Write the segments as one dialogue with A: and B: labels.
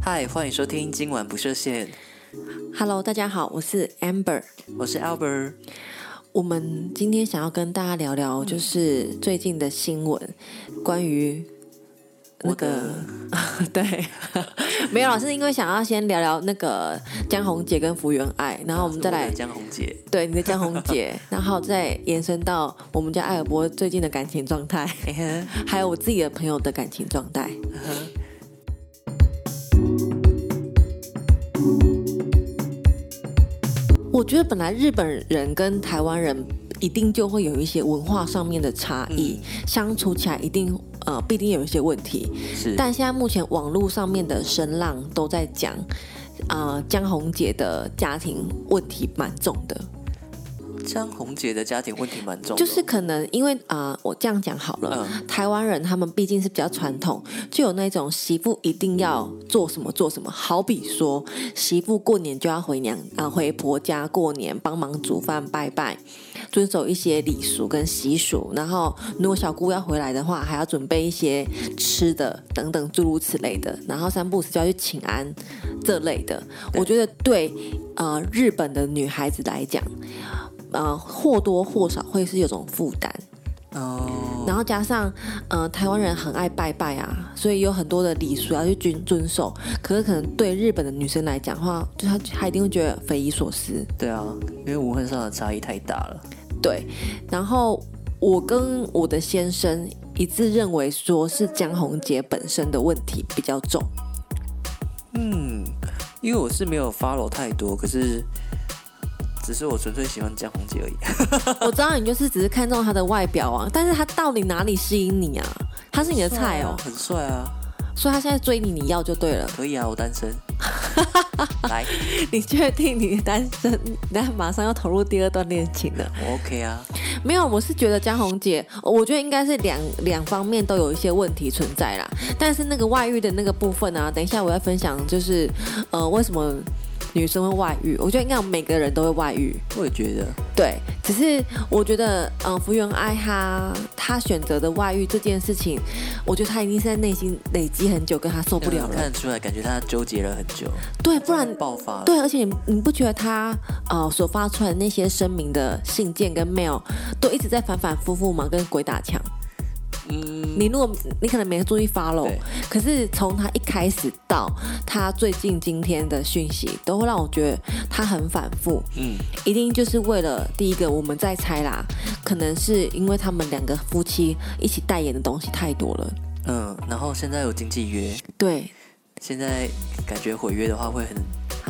A: 嗨，欢迎收听今晚不设限，
B: Hello，大家好，我是 Amber。
A: 我是 Albert。
B: 我们今天想要跟大家聊聊，就是最近的新闻，关于那个 对，没有老师，因为想要先聊聊那个江宏杰跟福原爱，然后我们再
A: 我
B: 来
A: 的江红姐，
B: 对你的江宏杰，然后再延伸到我们家艾尔伯最近的感情状态，
A: 嘿嘿
B: 还有我自己的朋友的感情状态。我觉得本来日本人跟台湾人一定就会有一些文化上面的差异，相处起来一定呃必定有一些问题。
A: 是，
B: 但现在目前网络上面的声浪都在讲，呃，江宏姐的家庭问题蛮重的，
A: 江红姐的家庭问题蛮重的哦，
B: 就是可能因为啊、呃我这样讲好了，
A: 嗯
B: 台湾人他们毕竟是比较传统，就有那种媳妇一定要做什么做什么。好比说，媳妇过年就要回娘啊、回婆家过年，帮忙煮饭拜拜，遵守一些礼俗跟习俗。然后，如果小姑要回来的话，还要准备一些吃的等等诸如此类的。然后三不五时就要去请安这类的。我觉得对呃日本的女孩子来讲。呃，或多或少会是有种负担，
A: 哦，
B: 然后加上，呃，台湾人很爱拜拜啊，所以有很多的礼俗要去遵遵守。可是可能对日本的女生来讲的话，就她她一定会觉得匪夷所思。
A: 对啊，因为文化上的差异太大了，
B: 对，然后我跟我的先生一致认为说是江宏杰本身的问题比较重。
A: 嗯，因为我是没有 follow 太多，可是只是我纯粹喜欢江红姐而已。
B: 我知道你就是只是看中他的外表啊，但是他到底哪里吸引你啊？他是你的菜哦，
A: 很帅啊，
B: 所以他现在追你，你要就对了。
A: 可以啊，我单身。来，
B: 你确定你单身？那马上要投入第二段恋情了。
A: 我 OK 啊，
B: 没有，我是觉得江宏姐，我觉得应该是两两方面都有一些问题存在啦。但是那个外遇的那个部分啊，等一下我要分享，就是呃，为什么女生会外遇？我觉得应该每个人都会外遇，
A: 我也觉得，
B: 对。只是我觉得，嗯、福原爱她她选择的外遇这件事情，我觉得她一定是在内心累积很久，跟她受不了
A: 看得
B: 了。
A: 出来，感觉他纠结了很久，
B: 对，不然
A: 爆发了。
B: 对，而且你你不觉得他呃所发出来的那些声明的信件跟 mail 都一直在反反复复吗？跟鬼打墙？
A: 嗯，
B: 你如果你可能没注意 follow，
A: 对
B: 可是从他一开始到他最近今天的讯息，都会让我觉得他很反复，
A: 嗯，
B: 一定就是为了第一个我们在猜啦，可能是因为他们两个夫妻一起代言的东西太多了，
A: 嗯，然后现在有经纪约，
B: 对，
A: 现在感觉毁约的话会很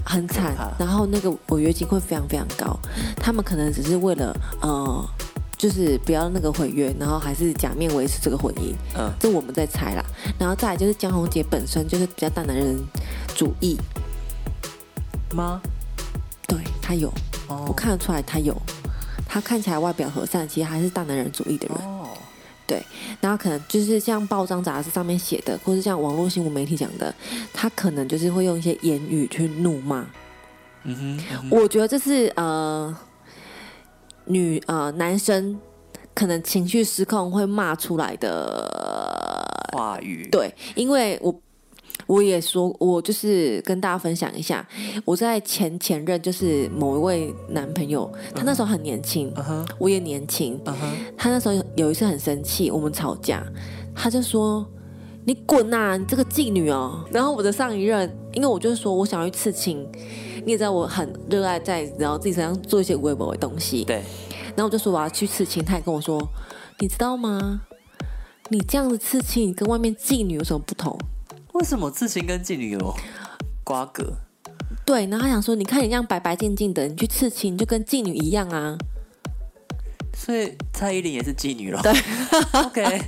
B: 很惨
A: 可怕，
B: 然后那个违约金会非常非常高，他们可能只是为了呃，就是不要那个毁约，然后还是假面维持这个婚姻，
A: 嗯
B: 这我们在猜啦。然后再来就是江宏杰本身就是比较大男人主义，
A: 吗？
B: 对他有，我
A: 哦
B: 看得出来他有，他看起来外表和善，其实还是大男人主义的人。
A: 哦，
B: 然后可能就是像报章杂志上面写的，或是像网络新闻媒体讲的，他可能就是会用一些言语去怒骂。
A: 嗯哼，嗯哼
B: 我觉得这是呃，女呃男生可能情绪失控会骂出来的，
A: 话语，
B: 对，因为我我也说，我就是跟大家分享一下，我在前前任就是某一位男朋友，他那时候很年轻，
A: 嗯哼，
B: 我也年轻，
A: 嗯哼，
B: 他那时候有有一次很生气，我们吵架，他就说。你滚呐、你这个妓女哦！然后我的上一任，因为我就是说我想要去刺青，你也知道我很热爱在然后自己身上做一些微博的东西，
A: 对，
B: 然后我就说我要去刺青，他也跟我说，你知道吗？你这样子刺青，你跟外面妓女有什么不同？
A: 为什么自行跟妓女有瓜葛？
B: 对，然后他想说，你看你这样白白净净的，你去刺青你就跟妓女一样啊。
A: 所以蔡依林也是妓女了。对 ，OK，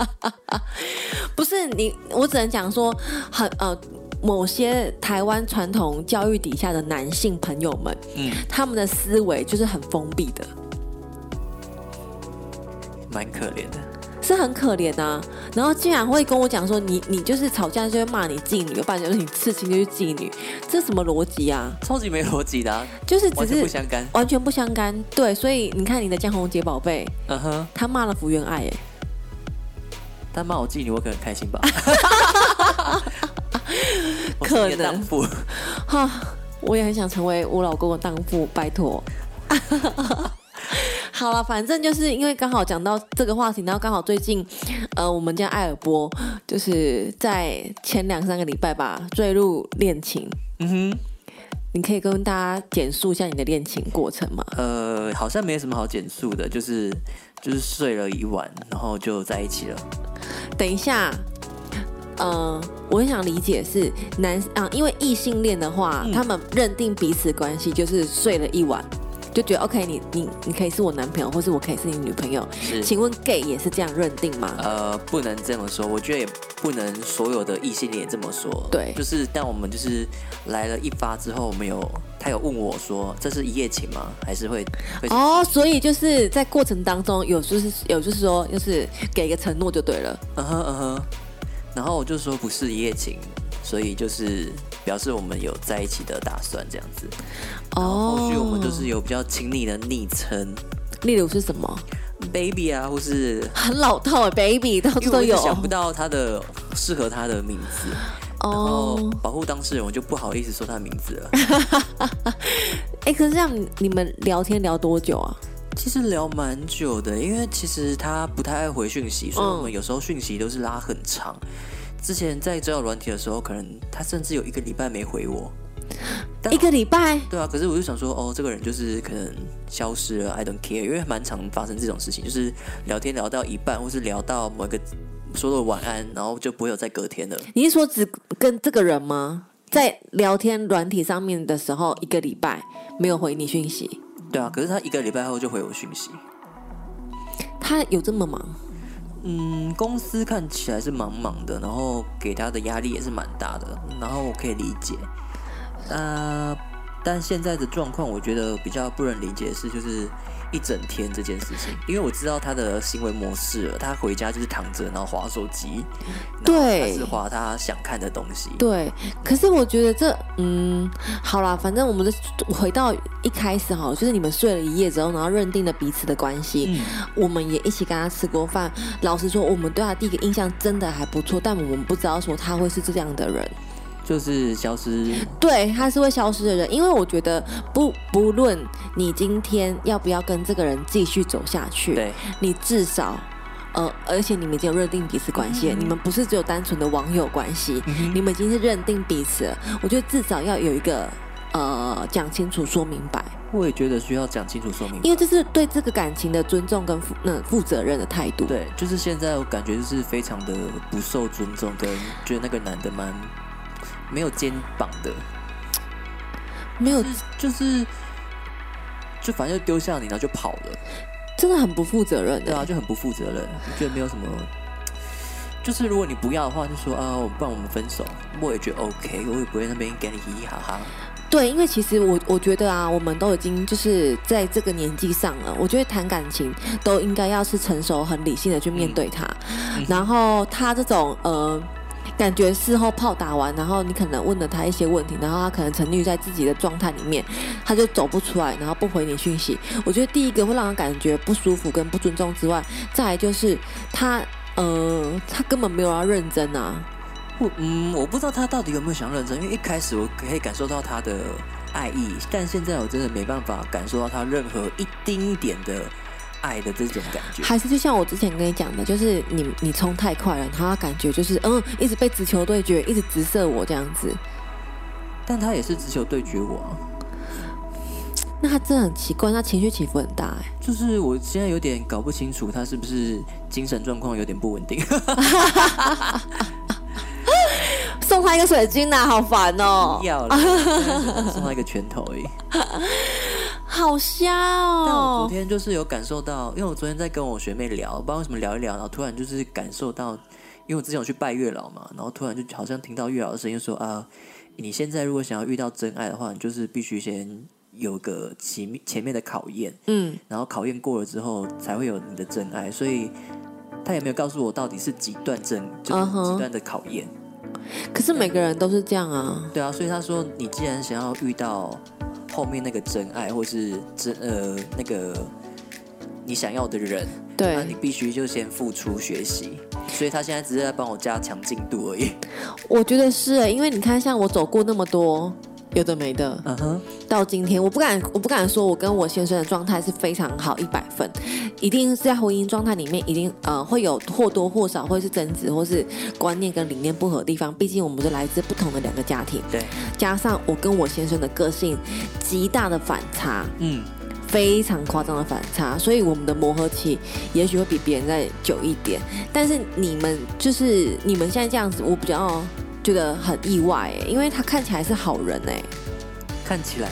B: 不是你，我只能讲说，很呃，某些台湾传统教育底下的男性朋友们，
A: 嗯，
B: 他们的思维就是很封闭的，
A: 蛮可怜的。
B: 是很可怜啊。然后竟然会跟我讲说，你你就是吵架就会骂你妓女，不然就是你刺青就是妓女，这什么逻辑啊？
A: 超级没逻辑的、啊，
B: 就是
A: 完
B: 只
A: 全不
B: 是
A: 相干。
B: 完全不相干。对，所以你看你的江宏杰宝贝，
A: 嗯哼，
B: 他骂了福原爱、欸，
A: 但骂我妓女，我可能开心吧。我
B: 可
A: 你的荡
B: 能
A: 妇，
B: 哈、我也很想成为我老公的荡妇，拜托。 好了，反正就是因为刚好讲到这个话题，然后刚好最近，呃，我们家艾尔波就是在前两三个礼拜吧坠入恋情。
A: 嗯哼，
B: 你可以跟大家简述一下你的恋情过程吗？
A: 呃，好像没什么好简述的，就是就是睡了一晚，然后就在一起了。
B: 等一下，呃，我很想理解是男啊、因为异性恋的话，他们认定彼此关系就是睡了一晚，就觉得 OK，你你你可以是我男朋友，或是我可以是你女朋友。
A: 是
B: 请问 gay 也是这样认定吗？
A: 呃，不能这么说，我觉得也不能所有的异性恋也这么说。
B: 对
A: 就是但我们就是来了一发之后，我们有他有问我说，这是一夜情吗？还是会会
B: 哦，所以就是在过程当中有就是有就是说就是给一个承诺就对了。
A: 嗯哼嗯哼，然后我就说不是一夜情，所以就是表示我们有在一起的打算这样子。然后
B: 哦
A: 后续我们就是有比较亲密的昵称
B: 例如是 什么？
A: ，baby 啊，或是
B: 很老套哎，baby 到处
A: 因为
B: 都
A: 我一直
B: 有。哦
A: 想不到他的适合他的名字，然后
B: 哦，
A: 保护当事人，我就不好意思说他名字了。
B: 哎、可是这样你你们聊天聊多久啊？
A: 其实聊蛮久的，因为其实他不太爱回讯息，所以我们有时候讯息都是拉很长。之前在交友软体的时候，可能他甚至有一个礼拜没回我。但
B: 一个礼拜。
A: 对啊，可是我就想说，哦，这个人就是可能消失了，I don't care，因为蛮常发生这种事情，就是聊天聊到一半，或是聊到某一个说了晚安，然后就不会有再隔天了。
B: 你是说只跟这个人吗？在聊天软体上面的时候，一个礼拜没有回你讯息，
A: 对啊，可是他一个礼拜后就回我讯息。
B: 他有这么忙？
A: 嗯，公司看起来是忙忙的，然后给他的压力也是蛮大的，然后我可以理解。呃，但现在的状况，我觉得比较不能理解的是，就是一整天这件事情，因为我知道他的行为模式了，他回家就是躺着，然后划手机，然后
B: 对
A: 开始划他想看的东西。
B: 对，可是我觉得这，嗯，好啦，反正我们就回到一开始哈，就是你们睡了一夜之后，然后认定了彼此的关系，我们也一起跟他吃过饭。老实说，我们对他第一个印象真的还不错，但我们不知道说他会是这样的人。
A: 就是消失。
B: 对，他是会消失的人，因为我觉得不不论你今天要不要跟这个人继续走下去，
A: 对，
B: 你至少。呃，而且你们已经有认定彼此关系了，你们不是只有单纯的网友关系，你们已经是认定彼此了。我觉得至少要有一个呃讲清楚、说明白，
A: 我也觉得需要讲清楚说明白。
B: 因为这是对这个感情的尊重跟负那、负责任的态度。
A: 对，就是现在我感觉就是非常的不受尊重，跟觉得那个男的蛮没有肩膀的，
B: 没有
A: 就是就反正就丢下你，然后就跑了，
B: 真的很不负责任
A: 对
B: 的、
A: 啊，就很不负责任，我觉得没有什么。就是如果你不要的话，就说啊，不然我们分手，我也觉得 OK，我也不会那边跟你嘻嘻哈哈。
B: 对，因为其实我我觉得啊，我们都已经就是在这个年纪上了，我觉得谈感情都应该要是成熟、很理性的去面对它。然后他这种呃，感觉事后炮打完，然后你可能问了他一些问题，然后他可能沉溺在自己的状态里面，他就走不出来，然后不回你讯息。我觉得第一个会让人感觉不舒服跟不尊重之外，再来就是他呃，他根本没有要认真啊。
A: 我嗯，我不知道他到底有没有想认真，因为一开始我可以感受到他的爱意，但现在我真的没办法感受到他任何一丁点的爱的这种感觉。
B: 还是就像我之前跟你讲的，就是你你冲太快了，然后他感觉就是嗯，一直被直球对决，一直直射我这样子，
A: 但他也是直球对决我、啊，
B: 那他真的很奇怪，他情绪起伏很大哎、
A: 就是我现在有点搞不清楚他是不是精神状况有点不稳定。
B: 送他一个水晶呐、好烦哦、
A: 不要了，真的是送他一个拳头 而已。
B: 好瞎
A: 但我昨
B: 哦、
A: 天就是有感受到，因为我昨天在跟我学妹聊，不知道为什么聊一聊，然后突然就是感受到，因为我之前有去拜月老嘛，然后突然就好像听到月老的声音说啊，你现在如果想要遇到真爱的话，你就是必须先有个前前面的考验，
B: 嗯，
A: 然后考验过了之后才会有你的真爱，所以。他也没有告诉我到底是几段真，就是
B: 嗯哼
A: 几段的考验。
B: 可是每个人都是这样啊，
A: 对啊，所以他说，你既然想要遇到后面那个真爱，或是真呃那个你想要的人，
B: 对
A: 那你必须就先付出学习。所以他现在只是在帮我加强进度而已。
B: 我觉得是、欸，因为你看，像我走过那么多有的没的，
A: 嗯哼，
B: 到今天，我不敢，我不敢说，我跟我先生的状态是非常好，一百分，一定是在婚姻状态里面，一定呃会有或多或少会是争执，或是观念跟理念不合的地方。毕竟我们是来自不同的两个家庭，
A: 对，
B: 加上我跟我先生的个性极大的反差，
A: 嗯，
B: 非常夸张的反差，所以我们的磨合期也许会比别人再久一点。但是你们就是你们现在这样子，我比较觉得很意外欸，因为他看起来是好人哎，
A: 看起来，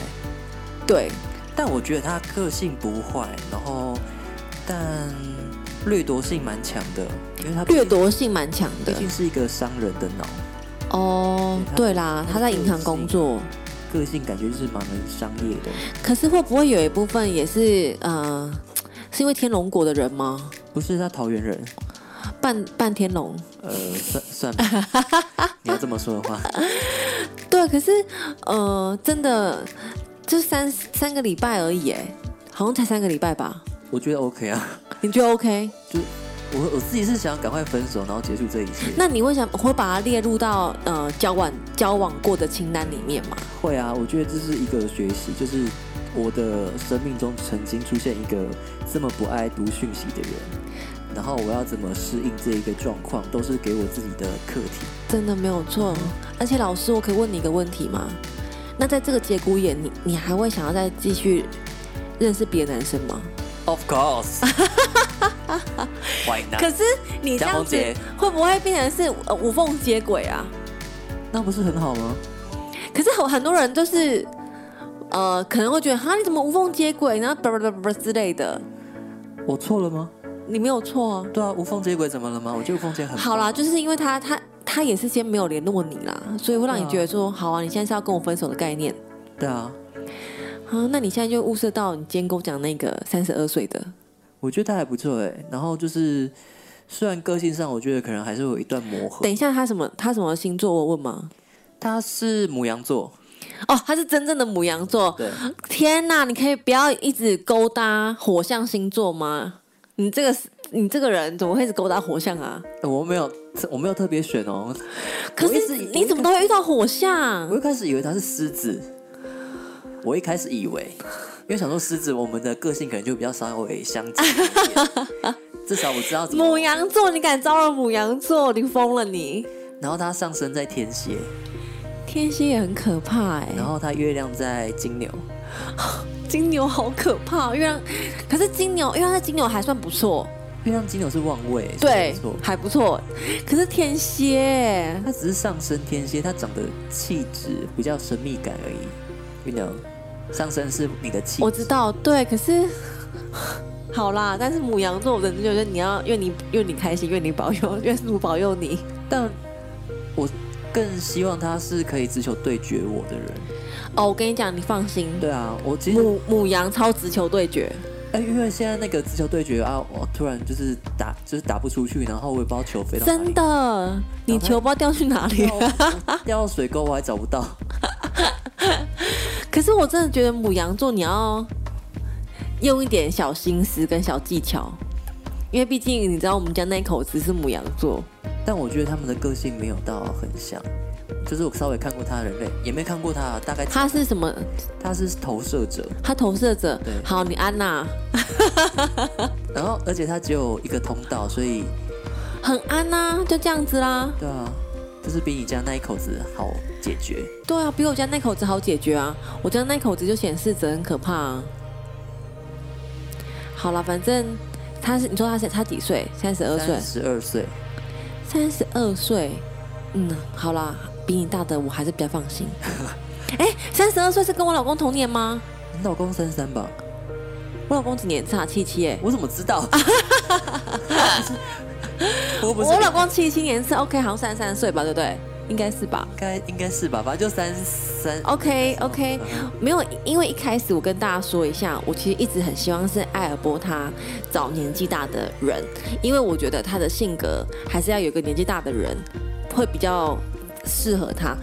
B: 对，
A: 但我觉得他个性不坏，然后但掠夺性蛮强的，因为他毕
B: 掠夺性蛮强的
A: 毕竟是一个商人的脑，
B: 哦。对啦，他在银行工作，
A: 个性感觉就是蛮能商业的。
B: 可是会不会有一部分也是呃，是因为天龙国的人吗？
A: 不是他桃园人，
B: 半半天龙，
A: 呃，算算吧，你要这么说的话，
B: 对，啊可是呃，真的就三三个礼拜而已哎，好像才三个礼拜吧。
A: 我觉得 OK 啊。
B: 你觉得 OK？
A: 就我我自己是想赶快分手，然后结束这一切。
B: 那你为什么会把它列入到呃交往交往过的清单里面嘛？
A: 会啊，我觉得这是一个学习，就是我的生命中曾经出现一个这么不爱读讯息的人，然后我要怎么适应这一个状况，都是给我自己的课题。
B: 真的没有错。而且老师，我可以问你一个问题吗？那在这个节骨眼，你你还会想要再继续认识别的男生吗？
A: Of course，Why not？
B: 可是你这样子
A: 江宏杰
B: 会不会变成是呃无缝接轨啊？
A: 那不是很好吗？
B: 可是很很多人就是呃可能会觉得哈你怎么无缝接轨，然后叭叭叭叭之类的，
A: 我错了吗？
B: 你没有错啊。
A: 对啊，无缝接轨怎么了吗？我觉得无缝接轨很棒
B: 好啦，，就是因为他他他也是先没有联络你啦，所以会让你觉得说，好啊，你现在是要跟我分手的概念
A: 对啊，
B: 啊。那你现在就物色到你今天跟我讲那个三十二岁的，
A: 哦我觉得他还不错哎。然后就是，虽然个性上我觉得可能还是会有一段磨合
B: 等。一下他什么他什么星座？我问吗？
A: 他是母羊座，
B: 哦，他是真正的母羊座。
A: 对，
B: 天呐，你可以不要一直勾搭火象星座吗？你这个你这个人怎么会一直勾搭火象啊？
A: 我没有，我没有特别选哦。
B: 可
A: 我一直
B: 是
A: 以为
B: 你怎么都会遇到火象
A: 我？一开始以为他是狮子，我一开始以为，因为想说狮子我们的个性可能就比较稍微相近一点，至少我知道怎么。
B: 母羊座，你敢招惹母羊座？你疯了你！
A: 然后他上升在天蝎，
B: 天蝎也很可怕哎、
A: 然后他月亮在金牛，
B: 金牛好可怕，月亮。可是金牛，月亮在金牛还算不错，
A: 月亮金牛是旺位，是没
B: 对
A: 错，。
B: 还不错。可是天蝎，
A: 他只是上升天蝎，他长得气质比较神秘感而已，you know，上升是你的气
B: 我
A: 质
B: 知。道，对，可是。 好啦，但是母羊座，我真的觉得你要愿你愿你开心，愿你保佑，愿主保佑你。
A: 但我更希望他是可以直球对决我的人。
B: 哦，我跟你讲，你放心，
A: 对啊，我其实
B: 母母羊超直球对决，
A: 哎、因为现在那个直球对决啊，我突然就是打就是打不出去，然后我也不知道球飞到哪里
B: 真的，你球包掉去哪里
A: 掉掉到水沟，我还找不到。
B: 可是我真的觉得母羊座你要用一点小心思跟小技巧，因为毕竟你知道我们家那口子是母羊座，
A: 但我觉得他们的个性没有到很像，就是我稍微看过他的人类，也没看过他，大概
B: 他是什么？
A: 他是投射者，
B: 他投射者
A: 对。
B: 好，你安娜
A: 然后而且他只有一个通道，所以
B: 很安呐、就这样子啦。
A: 对啊，就是比你家那一口子好解决。
B: 对啊，比我家那口子好解决啊，我家那口子就显示者很可怕啊。好了，反正他是你说他是他几岁？三十二岁
A: 三。十二岁，
B: 三十二岁，嗯，好啦，比你大的我还是比较放心。哎、三十二岁是跟我老公同年吗？
A: 你老公三三吧？
B: 我老公只年差七七哎，
A: 我怎么知 道？我不是
B: 我老公七七年是 OK，好像三十三岁吧，对不对？应该是吧。
A: 应该应该是吧，反正就三三。
B: OK OK，
A: 嗯
B: 没有，因为一开始我跟大家说一下，我其实一直很希望是艾尔波他找年纪大的人，因为我觉得他的性格还是要有一个年纪大的人会比较适合他，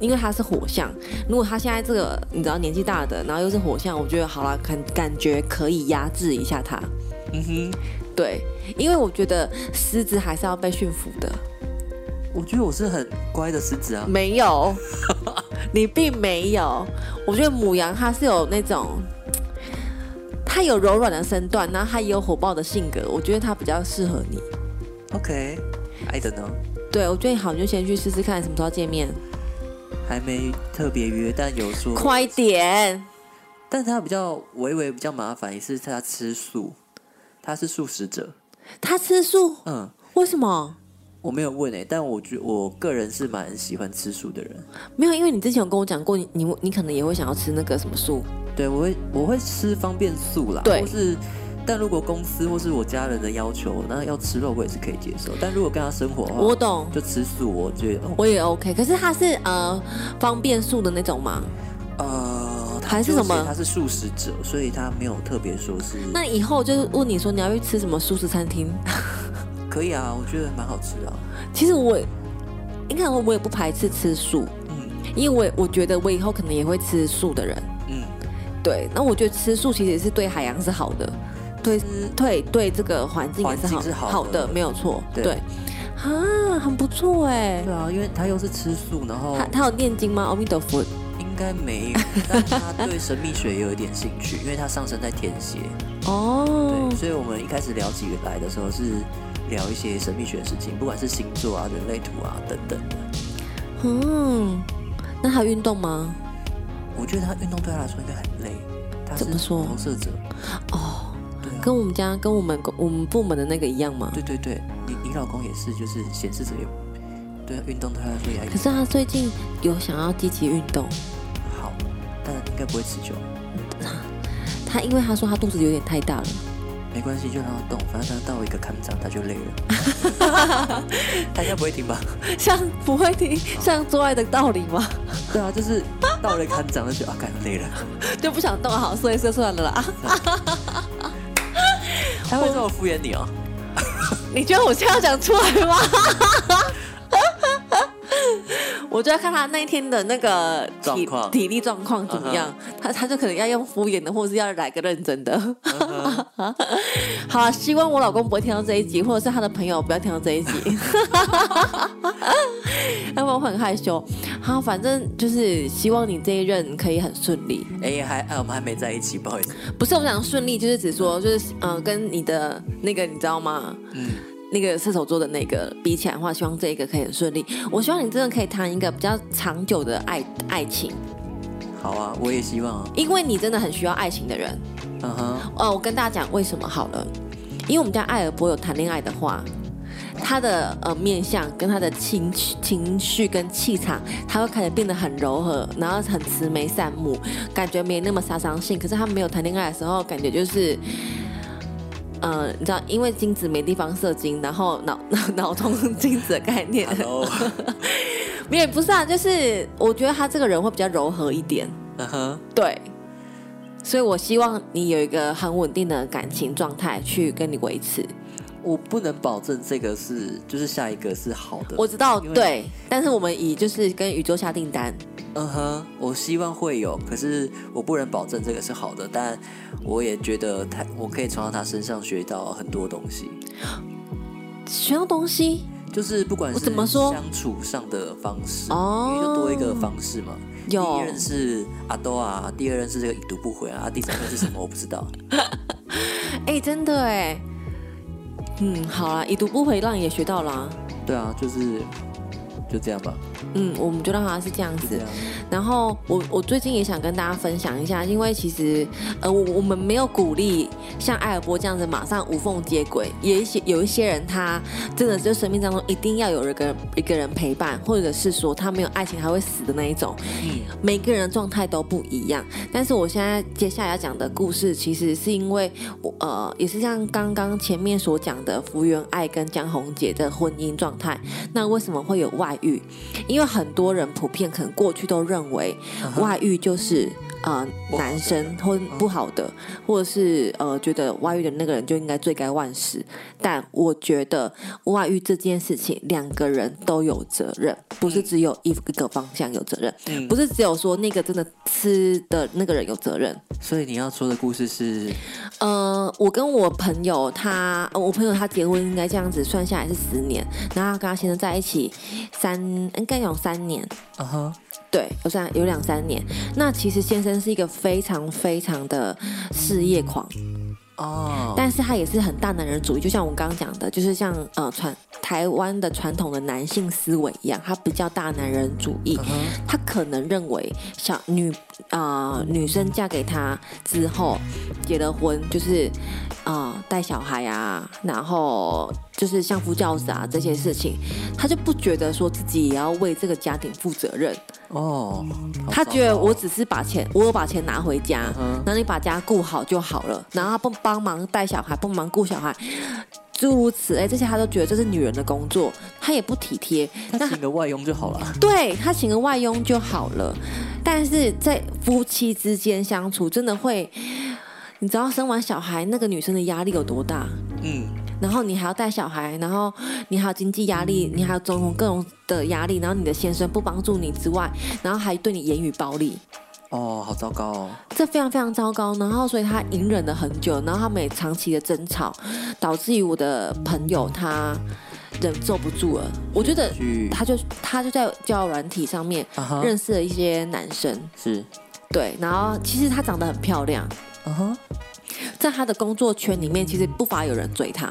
B: 因为他是火象。如果他现在这个你知道年纪大的，然后又是火象，我觉得好了，感感觉可以压制一下他。
A: 嗯哼，
B: 对，因为我觉得狮子还是要被驯服的。
A: 我觉得我是很乖的狮子啊。
B: 没有，你并没有。我觉得母羊它是有那种，它有柔软的身段，然后它也有火爆的性格。我觉得它比较适合你。
A: OK，I、don't know，
B: 对，我觉得好，你就先去试试看，什么时候见面？
A: 还没特别约，但有说，
B: 快点！
A: 但是他比较微微比较麻烦，也是他吃素，他是素食者。
B: 他吃素，
A: 嗯，
B: 为什么？
A: 我没有问诶、但我觉我个人是蛮喜欢吃素的人。
B: 没有，因为你之前有跟我讲过，你你你可能也会想要吃那个什么素。
A: 对，我会我会吃方便素啦，
B: 对
A: 或是但如果公司或是我家人的要求，那要吃肉我也是可以接受。但如果跟他生活的话，
B: 我懂，
A: 就吃素，我觉得、哦、
B: 我也 OK。可是它是呃方便素的那种嘛？
A: 呃，他
B: 还是
A: 就
B: 什么
A: 他是素食者，所以他没有特别说是
B: 那以后就是问你说你要去吃什么素食餐厅？
A: 可以啊，我觉得蛮好吃的啊、
B: 其实我应该我我也不排斥吃素，
A: 嗯
B: 因为我我觉得我以后可能也会吃素的人。
A: 嗯，
B: 对，那我觉得吃素其实是对海洋是好的，对对对，这个环境也是好
A: 环境是好的
B: 的，没有错。
A: 对
B: 对，啊，很不错哎
A: 对。啊，因为他又是吃素，然后
B: 他他有念经吗？阿弥陀佛。
A: 应该没有，但他对神秘学也有一点兴趣，因为他上升在天蝎，
B: 哦
A: 对，，所以我们一开始聊起来的时候是聊一些神秘学的事情，不管是星座啊、人类图啊等等的。
B: 嗯，那他有运动吗？
A: 我觉得他运动对他来说应该很累，他是
B: 怎么说
A: 投射者，
B: 哦，
A: 对啊，
B: 跟我们家跟我们我们部门的那个一样吗？
A: 对啊对对，你你老公也是，就是显示者有，对啊，运动对他来说也还
B: 可是他最近有想要积极运动，
A: 好，但应该不会持久，
B: 他因为他说他肚子有点太大了。
A: 没关系，就让他动，反正他到一个坎长他就 累了，他应该不会停吧？
B: 像不会听像做爱的道理吗？
A: 对啊，就是到了一个坎长就觉得啊，感累 了。
B: 就不想动，好睡一睡算了啦。 啊
A: 他会这么敷衍你 哦？
B: 你觉得我现在要讲出来吗？ 我就要看他那一天的那个
A: 状
B: 体
A: 况嗯
B: 体力状况怎么样他他就可能要用敷衍的，或者是要来个认真的。
A: 嗯
B: 好啊，希望我老公不会听到这一集，或者是他的朋友不要听到这一集， 要不然我很害羞。好，反正就是希望你这一任可以很顺利。
A: 哎、还哎、我们还没在一起，不好意思。
B: 不是我讲顺利，就是指说，就是嗯、呃跟你的那个你知道吗？
A: 嗯，
B: 那个射手座的那个比起来的话，希望这一个可以很顺利。我希望你真的可以谈一个比较长久的爱爱情，
A: 好啊，我也希望啊。
B: 因为你真的很需要爱情的人。
A: 嗯哼，
B: 呃，我跟大家讲为什么好了，因为我们家艾尔伯有谈恋爱的话，他的呃面相跟他的情绪情绪跟气场，他会开始变得很柔和，然后很慈眉善目，感觉没那么杀伤性。可是他没有谈恋爱的时候，感觉就是。呃，你知道，因为精子没地方射精，然后脑 脑脑中精子的概念，
A: ，Hello，
B: 没有不是啊，就是我觉得他这个人会比较柔和一点，
A: 嗯哼，
B: 对，所以我希望你有一个很稳定的感情状态去跟你维持。
A: 我不能保证这个是，就是下一个是好的。
B: 我知道，
A: 因为
B: 对，但是我们以就是跟宇宙下订单，
A: 嗯哼，我希望会有，可是我不能保证这个是好的，但我也觉得他，我可以从他身上学到很多东西，
B: 学到东西
A: 就是不管
B: 我
A: 是
B: 怎么说
A: 相处上的方式，
B: 哦
A: 因为就多一个方式嘛。第
B: 有
A: 一任是阿多啊，第二任是这个已读不回啊，啊第三任是什么我不知道。
B: 哎、真的哎，嗯，好啦，已读不回让你也学到啦。
A: 对啊，就是就这样吧，
B: 嗯，我们就让他是这样
A: 就这
B: 子
A: 样。。
B: 然后我我最近也想跟大家分享一下，因为其实呃我我们没有鼓励像艾尔波这样子马上无缝接轨，也许有一些人他真的就生命当中一定要有一个一个人陪伴，或者是说他没有爱情还会死的那一种，
A: 嗯
B: 每个人的状态都不一样。但是我现在接下来要讲的故事，其实是因为我呃，也是像刚刚前面所讲的福原爱跟江宏杰的婚姻状态。那为什么会有外遇？因为很多人普遍可能过去都认为
A: 嗯哼
B: 外遇就是。呃男生或不好的，或者是呃觉得外遇的那个人就应该罪该万死。但我觉得外遇这件事情，两个人都有责任，不是只有一个方向有责任，
A: 嗯
B: 不是只有说那个真的吃的那个人有责任。
A: 所以你要说的故事是，
B: 呃，我跟我朋友他，呃我朋友他结婚应该这样子算下来是十年，然后他跟他先生在一起三，应该有三年，
A: 啊哈，
B: 对，有三有两三年。那其实先生是一个非常非常的事业狂，
A: 哦，
B: 但是他也是很大男人主义，就像我刚刚讲的，就是像呃传台湾的传统的男性思维一样，他比较大男人主义
A: 嗯，哼
B: 他可能认为小女啊、女生嫁给他之后结了婚，就是啊、呃带小孩啊，然后就是相夫教子啊这些事情，他就不觉得说自己也要为这个家庭负责任，
A: 哦，好
B: 他
A: 糟
B: 觉得
A: 糕
B: 我只是把钱，我有把钱拿回家，
A: 嗯
B: 然后你把家顾好就好了，然后他帮帮忙带小孩，帮忙顾小孩，诸如此类，这些他都觉得这是女人的工作，他也不体贴。那
A: 他请个外佣就好了。
B: 对他请个外佣就好了，但是在夫妻之间相处，真的会，你知道生完小孩那个女生的压力有多大？
A: 嗯，
B: 然后你还要带小孩，然后你还有经济压力，你还有种种各种的压力，然后你的先生不帮助你之外，然后还对你言语暴力，
A: 哦，好糟糕哦。
B: 这非常非常糟糕。然后所以他隐忍了很久，然后他们也长期的争吵，导致于我的朋友他忍受不住了。我觉得
A: 去
B: 他就他就在交友软体上面
A: 啊哈，
B: 认识了一些男生，
A: 是
B: 对，然后其实她长得很漂亮，
A: 啊哈，
B: 在她的工作圈里面，其实不乏有人追她，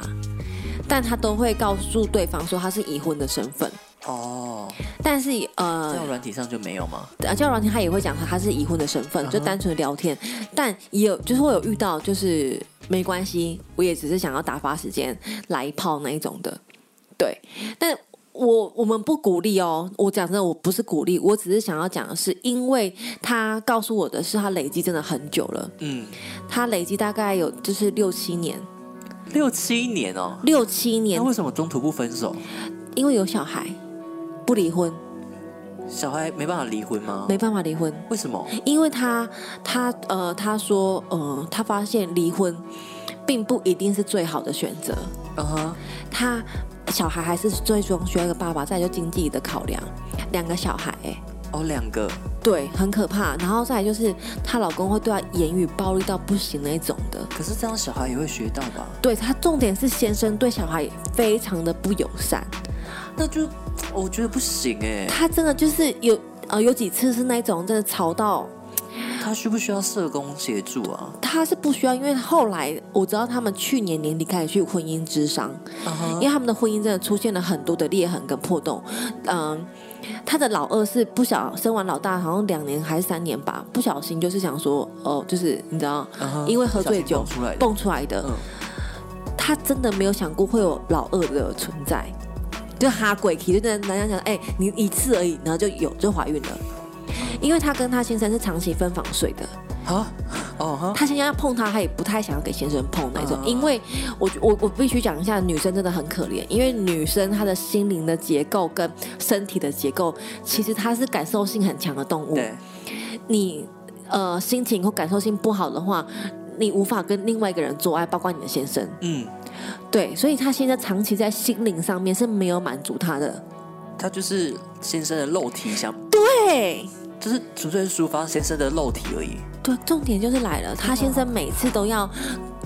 B: 但她都会告诉对方说她是已婚的身份。
A: 哦，
B: 但是
A: 在
B: 呃，
A: 软体上就没有吗？
B: 呃交友软件他也会讲她她是已婚的身
A: 嗯
B: 份，
A: 哼
B: 就单纯聊天。但也有就是会有遇到就是没关系，我也只是想要打发时间来一炮那一种的，对。但我我们不鼓励哦，我讲真的，我不是鼓励，我只是想要讲的是，因为他告诉我的是他累积真的很久了。
A: 嗯，
B: 他累积大概有就是六七年，
A: 六七年哦。
B: 六七年
A: 那，为什么中途不分手？
B: 因为有小孩，不离婚，
A: 小孩没办法离婚吗？
B: 没办法离婚，
A: 为什么？
B: 因为他他呃他说呃他发现离婚并不一定是最好的选择，
A: 啊哈，
B: 他小孩还是最终需要一个爸爸，再来就经济的考量，两个小孩、欸
A: 哦，两个
B: 对，很可怕。然后再来就是她老公会对她言语暴力到不行那一种的。
A: 可是这样小孩也会学到吧？
B: 对她重点是先生对小孩非常的不友善，
A: 那就我觉得不行哎。
B: 他真的就是有呃有几次是那种真的吵到
A: 他需不需要社工协助啊？
B: 他是不需要，因为后来我知道他们去年年底开始去婚姻之商，
A: 啊哈
B: 因为，他们的婚姻真的出现了很多的裂痕跟破洞。嗯，他的老二是不小生完老大，好像两年还是三年吧，不小心就是想说哦，就是你知道，
A: 啊哈
B: 因为喝醉酒
A: 小心蹦出来的。
B: 蹦出来的
A: 嗯，
B: 他真的没有想过会有老二的存在，就哈鬼体，就跟人家讲，哎、你一次而已，然后就有就怀孕了。因为她跟她先生是长期分房睡的，
A: 啊，哦哈，
B: 她先生要碰她，她也不太想要给先生碰那种。
A: 嗯
B: 因为我我我必须讲一下，女生真的很可怜，因为女生她的心灵的结构跟身体的结构，其实她是感受性很强的动物。
A: 对，
B: 你呃心情或感受性不好的话，你无法跟另外一个人做爱，包括你的先生。
A: 嗯，
B: 对，所以他现在长期在心灵上面是没有满足他的。
A: 他就是先生的肉体想，
B: 对，
A: 就是纯粹是抒发先生的肉体而已。
B: 对，重点就是来了，他先生每次都要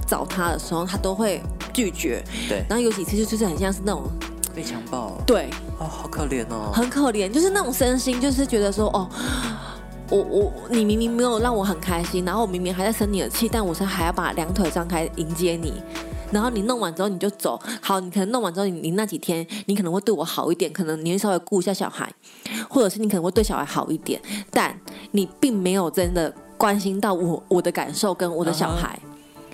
B: 找他的时候，他都会拒绝，
A: 对，
B: 然后有几次就就是很像是那种
A: 被强暴了，
B: 对，
A: 哦，好可怜哦。
B: 很可怜，就是那种身心，就是觉得说哦。我我你明明没有让我很开心，然后我明明还在生你的气，但我是还要把两腿张开迎接你，然后你弄完之后你就走，好，你可能弄完之后你你那几天你可能会对我好一点，可能你会稍微顾一下小孩，或者是你可能会对小孩好一点，但你并没有真的关心到我我的感受跟我的小孩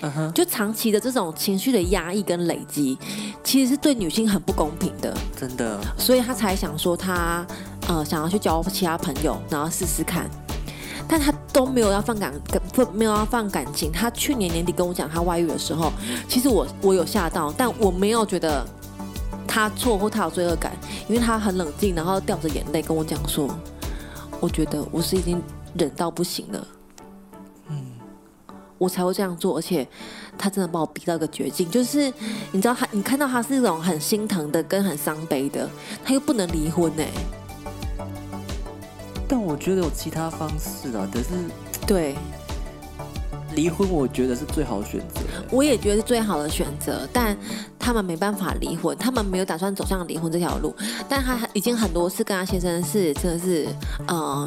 A: 嗯哼，
B: 就长期的这种情绪的压抑跟累积，其实是对女性很不公平的。
A: 真的，
B: 所以他才想说他呃想要去交其他朋友，然后试试看。但他都没有要放感，不没有要放感情。他去年年底跟我讲他外遇的时候，其实我我有吓到，但我没有觉得他错或他有罪恶感，因为他很冷静，然后掉着眼泪跟我讲说，我觉得我是已经忍到不行了，我才会这样做，而且他真的把我逼到一个绝境，就是你知道他，你看到他是那种很心疼的跟很伤悲的，他又不能离婚哎、
A: 但我觉得有其他方式啊，可是
B: 对
A: 离婚我觉得是最好的选择。
B: 我也觉得是最好的选择，但他们没办法离婚，他们没有打算走向离婚这条路，但他已经很多次跟他先生是真的是，呃，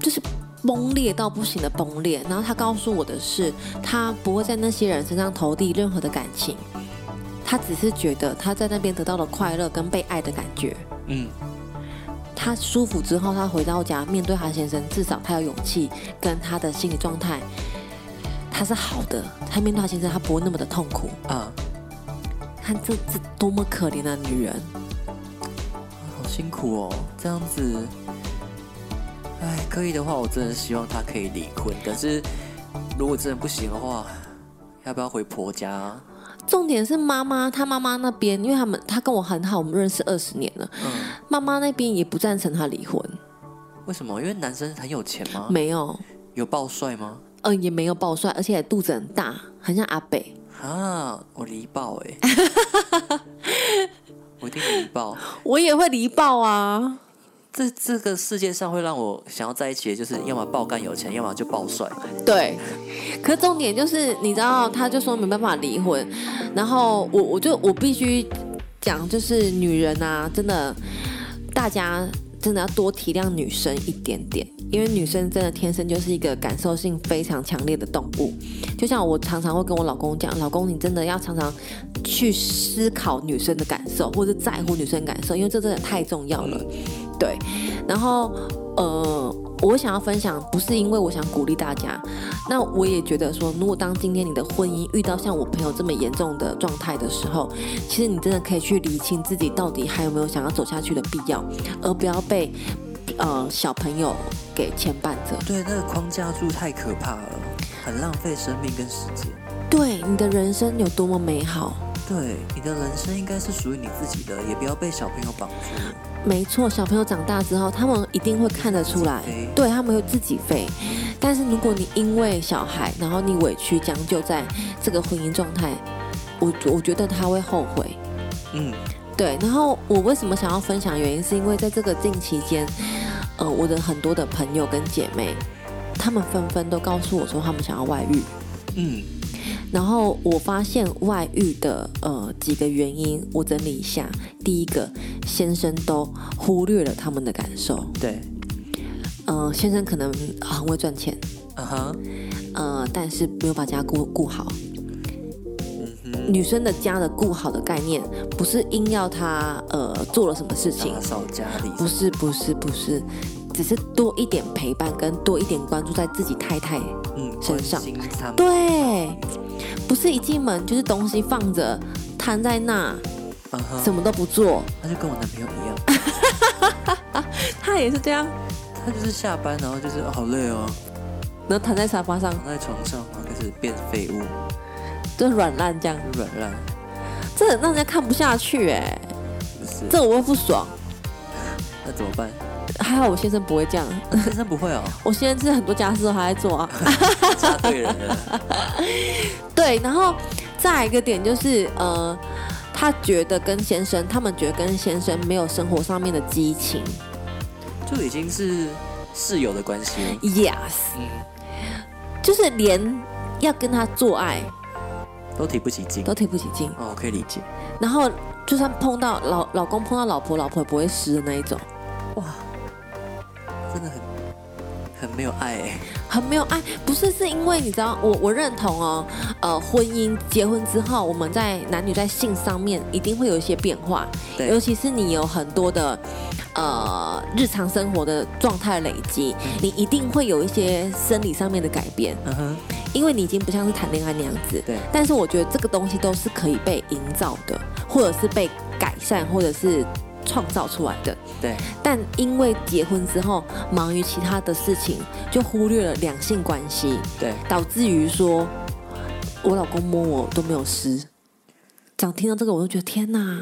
B: 就是崩裂到不行的崩裂。然后他告诉我的是，他不会在那些人身上投递任何的感情，他只是觉得他在那边得到了快乐跟被爱的感觉。
A: 嗯，
B: 他舒服之后，他回到家面对他先生，至少他有勇气跟他的心理状态，他是好的。他面对他先生，他不会那么的痛苦。
A: 啊，
B: 看这这多么可怜的女人，
A: 好辛苦哦，这样子，哎，可以的话，我真的希望他可以离婚。可是如果真的不行的话，要不要回婆家啊？
B: 重点是妈妈，她妈妈那边，因为他们她跟我很好，我们认识二十年了，
A: 嗯，
B: 妈妈那边也不赞成她离婚，
A: 为什么？因为男生很有钱吗？
B: 没有，
A: 有暴帅吗？
B: 呃，也没有抱帅，而且肚子很大，很像阿北。
A: 啊，我离爆哎、 我一定离爆。
B: 我也会离爆啊！
A: 这这个世界上会让我想要在一起的，就是要么爆干有钱，要么就爆帅。
B: 对，可是重点就是，你知道，他就说没办法离婚，然后我我就我必须讲，就是女人啊，真的，大家真的要多体谅女生一点点，因为女生真的天生就是一个感受性非常强烈的动物。就像我常常会跟我老公讲，老公，你真的要常常去思考女生的感受，或者在乎女生的感受，因为这真的太重要了。对，然后呃，我想要分享，不是因为我想鼓励大家，那我也觉得说，如果当今天你的婚姻遇到像我朋友这么严重的状态的时候，其实你真的可以去理清自己到底还有没有想要走下去的必要，而不要被呃小朋友给牵绊着。
A: 对，那个框架住太可怕了，很浪费生命跟时间。
B: 对你的人生有多么美好，
A: 对，你的人生应该是属于你自己的，也不要被小朋友绑住了。
B: 没错，小朋友长大之后，他们一定会看得出来
A: 自己飞，
B: 对他们会自己飞。但是如果你因为小孩，然后你委屈将就在这个婚姻状态，我我觉得他会后悔。
A: 嗯，
B: 对，然后我为什么想要分享？原因是因为在这个近期间，呃，我的很多的朋友跟姐妹，她们纷纷都告诉我说，她们想要外遇。
A: 嗯，
B: 然后我发现外遇的呃几个原因，我整理一下。第一个，先生都忽略了他们的感受。
A: 对，
B: 呃，先生可能很会赚钱，
A: 啊哈，
B: 呃，但是没有把家顾顾好。
A: 嗯哼，
B: 女生的家的顾好的概念，不是硬要她呃做了什么事情
A: 打，扫家里，
B: 不是不是不是，只是多一点陪伴跟多一点关注在自己太太。
A: 嗯，
B: 身
A: 关
B: 上
A: 心他们，
B: 对，不是一进门就是东西放着摊在那，
A: 啊哈，
B: 什么都不做。
A: 那就跟我男朋友一样，
B: 她也是这样，
A: 他就是下班然后就是、哦好累哦，
B: 然后躺在沙发上
A: 躺在床上然后开始变废物，
B: 就软烂这样，
A: 就软烂，
B: 这很让人家看不下去哎、
A: 不是，
B: 这我会不爽。
A: 那怎么办？
B: 还好我先生不会这样，
A: 先生不会哦，
B: 我先生是很多家事都还在做啊。
A: 嫁对人了，
B: 对，然后再来一个点就是，呃，她觉得跟先生，他们觉得跟先生没有生活上面的激情。
A: 就已经是室友的关系了，
B: Yes，
A: 嗯，
B: 就是连要跟他做爱
A: 都提不起劲，
B: 都提不起劲，
A: 哦，我可以理解，
B: 然后就算碰到老老公碰到老婆，老婆也不会湿的那一种，
A: 哇，真的很很没有爱哎，
B: 很没有爱。不是是因为你知道，我我认同哦，呃，婚姻结婚之后，我们在男女在性上面一定会有一些变化，
A: 对
B: 尤其是你有很多的呃日常生活的状态累积，你一定会有一些生理上面的改变，
A: 嗯哼，
B: 因为你已经不像是谈恋爱那样子。
A: 对，
B: 但是我觉得这个东西都是可以被营造的，或者是被改善，或者是创造出来的。
A: 对，
B: 但因为结婚之后忙于其他的事情，就忽略了两性关系，
A: 对，
B: 导致于说我老公摸我都没有湿。讲听到这个，我就觉得天哪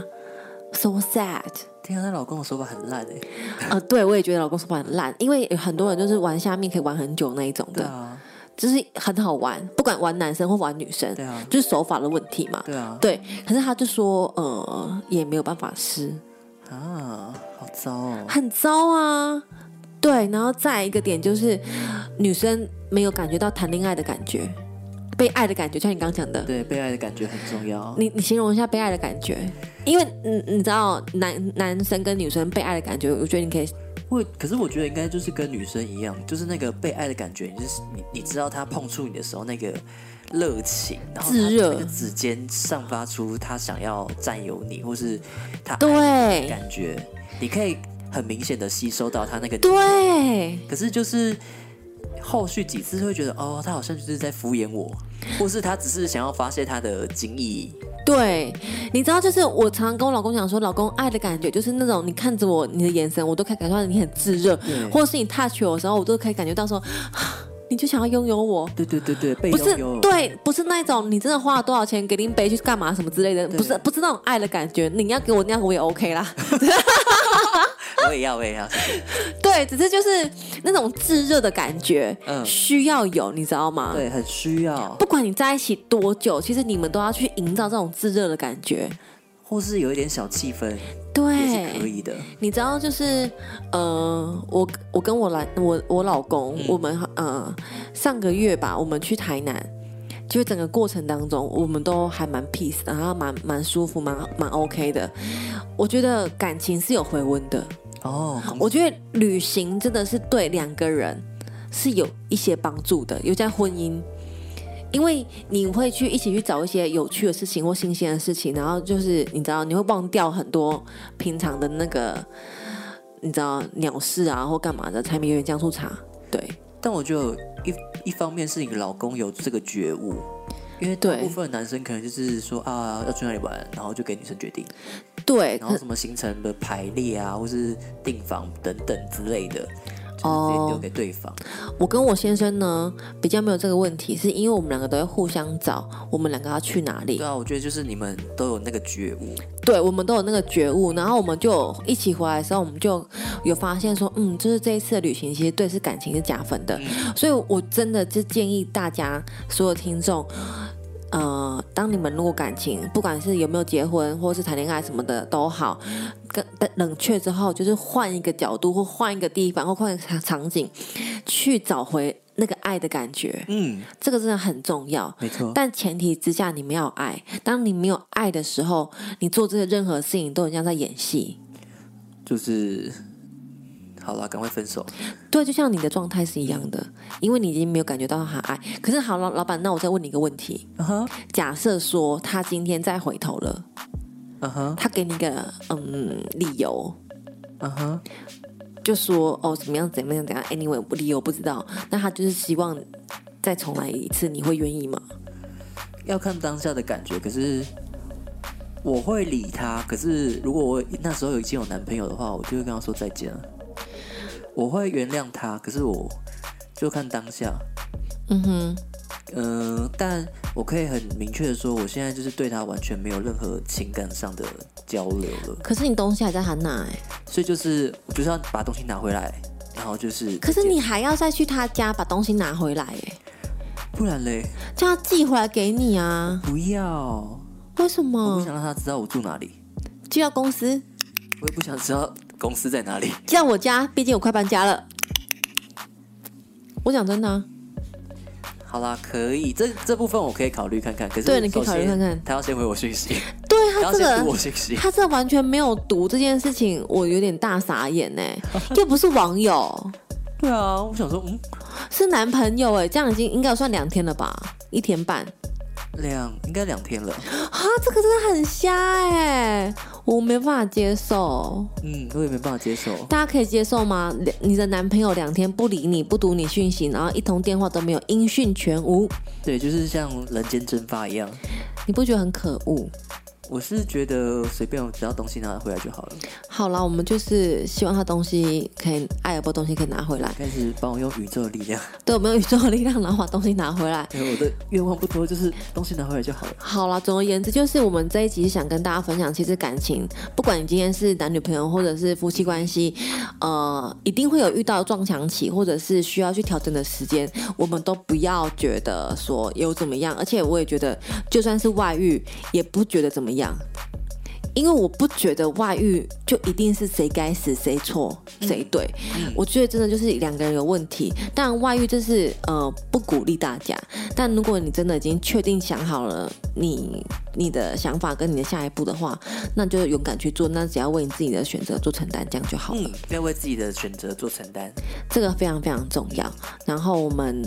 B: ，so sad。
A: 听到啊她老公的手法很烂哎，
B: 呃，对，我也觉得老公手法很烂，因为有很多人就是玩下面可以玩很久那一种
A: 对
B: 的，
A: 啊，
B: 对就是很好玩，不管玩男生或玩女生，
A: 对啊，
B: 就是手法的问题嘛。
A: 对啊，
B: 对，可是他就说，呃，也没有办法湿，
A: 啊，好糟哦，
B: 很糟啊。对，然后再一个点就是，女生没有感觉到谈恋爱的感觉，被爱的感觉，像你刚讲的，
A: 对，被爱的感觉很重要。
B: 你你形容一下被爱的感觉，因为嗯，你知道男男生跟女生被爱的感觉，我觉得你可以
A: 会，可是我觉得应该就是跟女生一样，就是那个被爱的感觉，你就是你你知道他碰触你的时候那个热情，然后他
B: 炙热
A: 那个指尖散发出他想要占有你，或是他爱你的
B: 对
A: 感觉，你可以很明显的吸收到他那个。
B: 对
A: 可是就是后续几次会觉得，哦，他好像就是在敷衍我，或是他只是想要发泄他的情意。
B: 对，你知道就是我常常跟我老公讲说，老公爱的感觉就是那种你看着我，你的眼神，我都可以感觉到你很炙热，或者是你 touch 我的时候，我都可以感觉到说，啊 你就想要拥有我。
A: 对对对对，被
B: 不是
A: 拥有。
B: 对，不是那种你真的花了多少钱给林北去干嘛什么之类的，不是不是那种爱的感觉，你要给我那样我也 OK 啦。
A: 我也要，我也要。
B: 对，只是就是那种炙热的感觉，
A: 嗯
B: 需要有，你知道吗？，
A: 对，很需要，
B: 不管你在一起多久，其实你们都要去营造这种炙热的感觉。
A: 或是有一点小气氛也是可
B: 对，
A: 以的。
B: 你知道就是，呃，我我跟我男我我老公，我们呃上个月吧，我们去台南，就整个过程当中，我们都还蛮 peace，然后蛮蛮舒服，蛮蛮 OK 的。我觉得感情是有回温的，
A: 哦，公
B: 我觉得旅行真的是对两个人是有一些帮助的，尤其在婚姻，因为你会去一起去找一些有趣的事情或新鲜的事情，然后就是你知道你会忘掉很多平常的那个，你知道鸟事啊或干嘛的，柴米油盐酱醋茶，对
A: 但我觉得有一一方面是你老公有这个觉悟，因为大
B: 对
A: 部分男生可能就是说啊要去哪里玩，然后就给女生决定，
B: 对，
A: 然后什么行程的排列啊，或是订房等等之类的，就是直接丢
B: 哦，
A: 给对方。
B: 我跟我先生呢比较没有这个问题，是因为我们两个都会互相找我们两个要去哪里
A: 对，啊，我觉得就是你们都有那个觉悟，
B: 对，我们都有那个觉悟，然后我们就一起回来的时候，我们就有发现说，嗯，就是这一次的旅行，其实对是感情是加分的，所以我真的就建议大家所有听众。呃，当你们如果感情，不管是有没有结婚，或是谈恋爱什么的都好，跟但冷却之后，就是换一个角度，或换一个地方，或换一个场场景，去找回那个爱的感觉，
A: 嗯，
B: 这个真的很重要。
A: 没错，
B: 但前提之下，你们要有爱。当你没有爱的时候，你做这些任何事情都很像在演戏。
A: 就是好了，赶快分手。
B: 对，就像你的状态是一样的，因为你已经没有感觉到他爱。可是好，老老板，那我再问你一个问题：
A: 嗯哼，
B: 假设说他今天再回头了，
A: 嗯哼，
B: 他给你一个嗯理由，
A: 嗯哼，
B: 就说哦怎么样怎么样怎么样，anyway 我理由不知道，那他就是希望再重来一次，你会愿意吗？
A: 要看当下的感觉。可是我会理他，可是如果我那时候已经有男朋友的话，我就会跟他说再见了。我会原谅他，可是我就看当下。
B: 嗯哼，
A: 嗯、但我可以很明确的说，我现在就是对他完全没有任何情感上的交流了，
B: 可是你东西还在他那哎、
A: 所以就是我就是要把东西拿回来，然后就是
B: 可是
A: 再见
B: 你还要再去他家把东西拿回来哎、
A: 不然嘞，
B: 叫他寄回来给你啊？
A: 不要，
B: 为什
A: 我不
B: 么？
A: 想让他知道我住哪里，
B: 寄到公司，
A: 我也不想知道公司在哪里。
B: 寄到我家，毕竟我快搬家了。我讲真的、啊，
A: 好啦，可以，这这部分我可以考虑看看。可是
B: 对你可以
A: 首先
B: 考虑看看啊
A: 他要先回我讯息，
B: 对
A: 他
B: 他
A: 要
B: 这
A: 先读我
B: 个，
A: 讯 息。
B: 他这完全没有读这件事情，我有点大傻眼 呢、又不是网友，
A: 对啊，我想说，嗯，
B: 是男朋友哎、这样已经应该有算两天了吧，一天半
A: 两应该两天了，
B: 啊，这个真的很瞎哎、我没办法接受。
A: 嗯，我也没办法接受。
B: 大家可以接受吗？两你的男朋友两天不理你，不读你讯息，然后一通电话都没有，音讯全无，
A: 对，就是像人间蒸发一样，
B: 你不觉得很可恶？
A: 我是觉得随便，只要东西拿得回来就好了。
B: 好啦，我们就是希望他东西可以，爱尔波东西可以拿回来。
A: 开始帮我用宇宙的力 量，
B: 对，我们用宇宙的力量，然后把东西拿回来。
A: 因为我的愿望不多，就是东西拿回来就好了。
B: 好啦，总而言之，就是我们这一集是想跟大家分享，其实感情，不管你今天是男女朋友或者是夫妻关系，呃，一定会有遇到撞墙期，或者是需要去调整的时间，我们都不要觉得说有怎么样，而且我也觉得，就算是外遇，也不觉得怎么样。因为我不觉得外遇就一定是谁该死谁错谁对，我觉得真的就是两个人有问题。当然，外遇这是呃不鼓励大家，但如果你真的已经确定想好了你你的想法跟你的下一步的话，那就勇敢去做，那只要为你自己的选择做承担，这样就好了。
A: 嗯，要为自己的选择做承担。
B: 这个非常非常重要。然后我们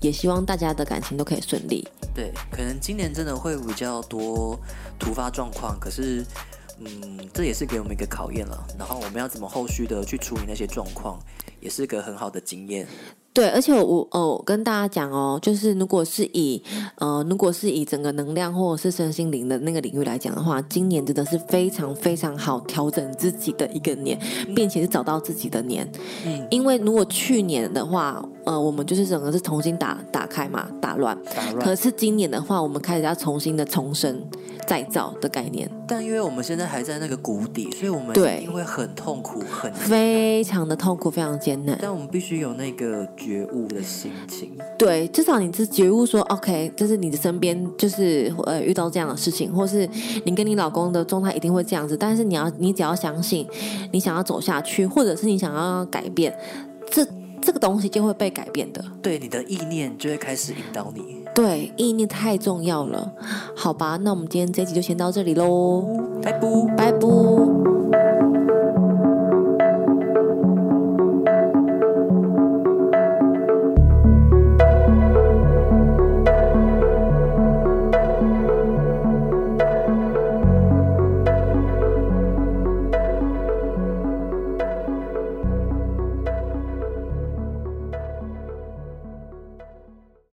B: 也希望大家的感情都可以顺利。
A: 对，可能今年真的会比较多突发状况，可是，嗯，这也是给我们一个考验了。然后我们要怎么后续的去处理那些状况，也是个很好的经验。
B: 对，而且我哦，我跟大家讲哦，就是如果是以呃，如果是以整个能量或者是身心灵的那个领域来讲的话，今年真的是非常非常好调整自己的一个年，并且是找到自己的年。
A: 嗯
B: 因为如果去年的话，呃，我们就是整个是重新打打开嘛，打乱。
A: 打
B: 可
A: 乱。
B: 是今年的话，我们开始要重新的重生再造的概念，
A: 但因为我们现在还在那个谷底，所以我们
B: 对
A: 一定会很痛苦，很。
B: 非常的痛苦，非常艰难。
A: 但我们必须有那个觉悟的心情。
B: 对，至少你是觉悟说，OK，就是你的身边就是呃遇到这样的事情，或是你跟你老公的状态一定会这样子，但是你要你只要相信，你想要走下去，或者是你想要改变，这这个东西就会被改变的。
A: 对，你的意念就会开始引导你。
B: 对，意念太重要了，好吧？那我们今天这一集就先到这里喽，
A: 拜拜。
B: 拜拜。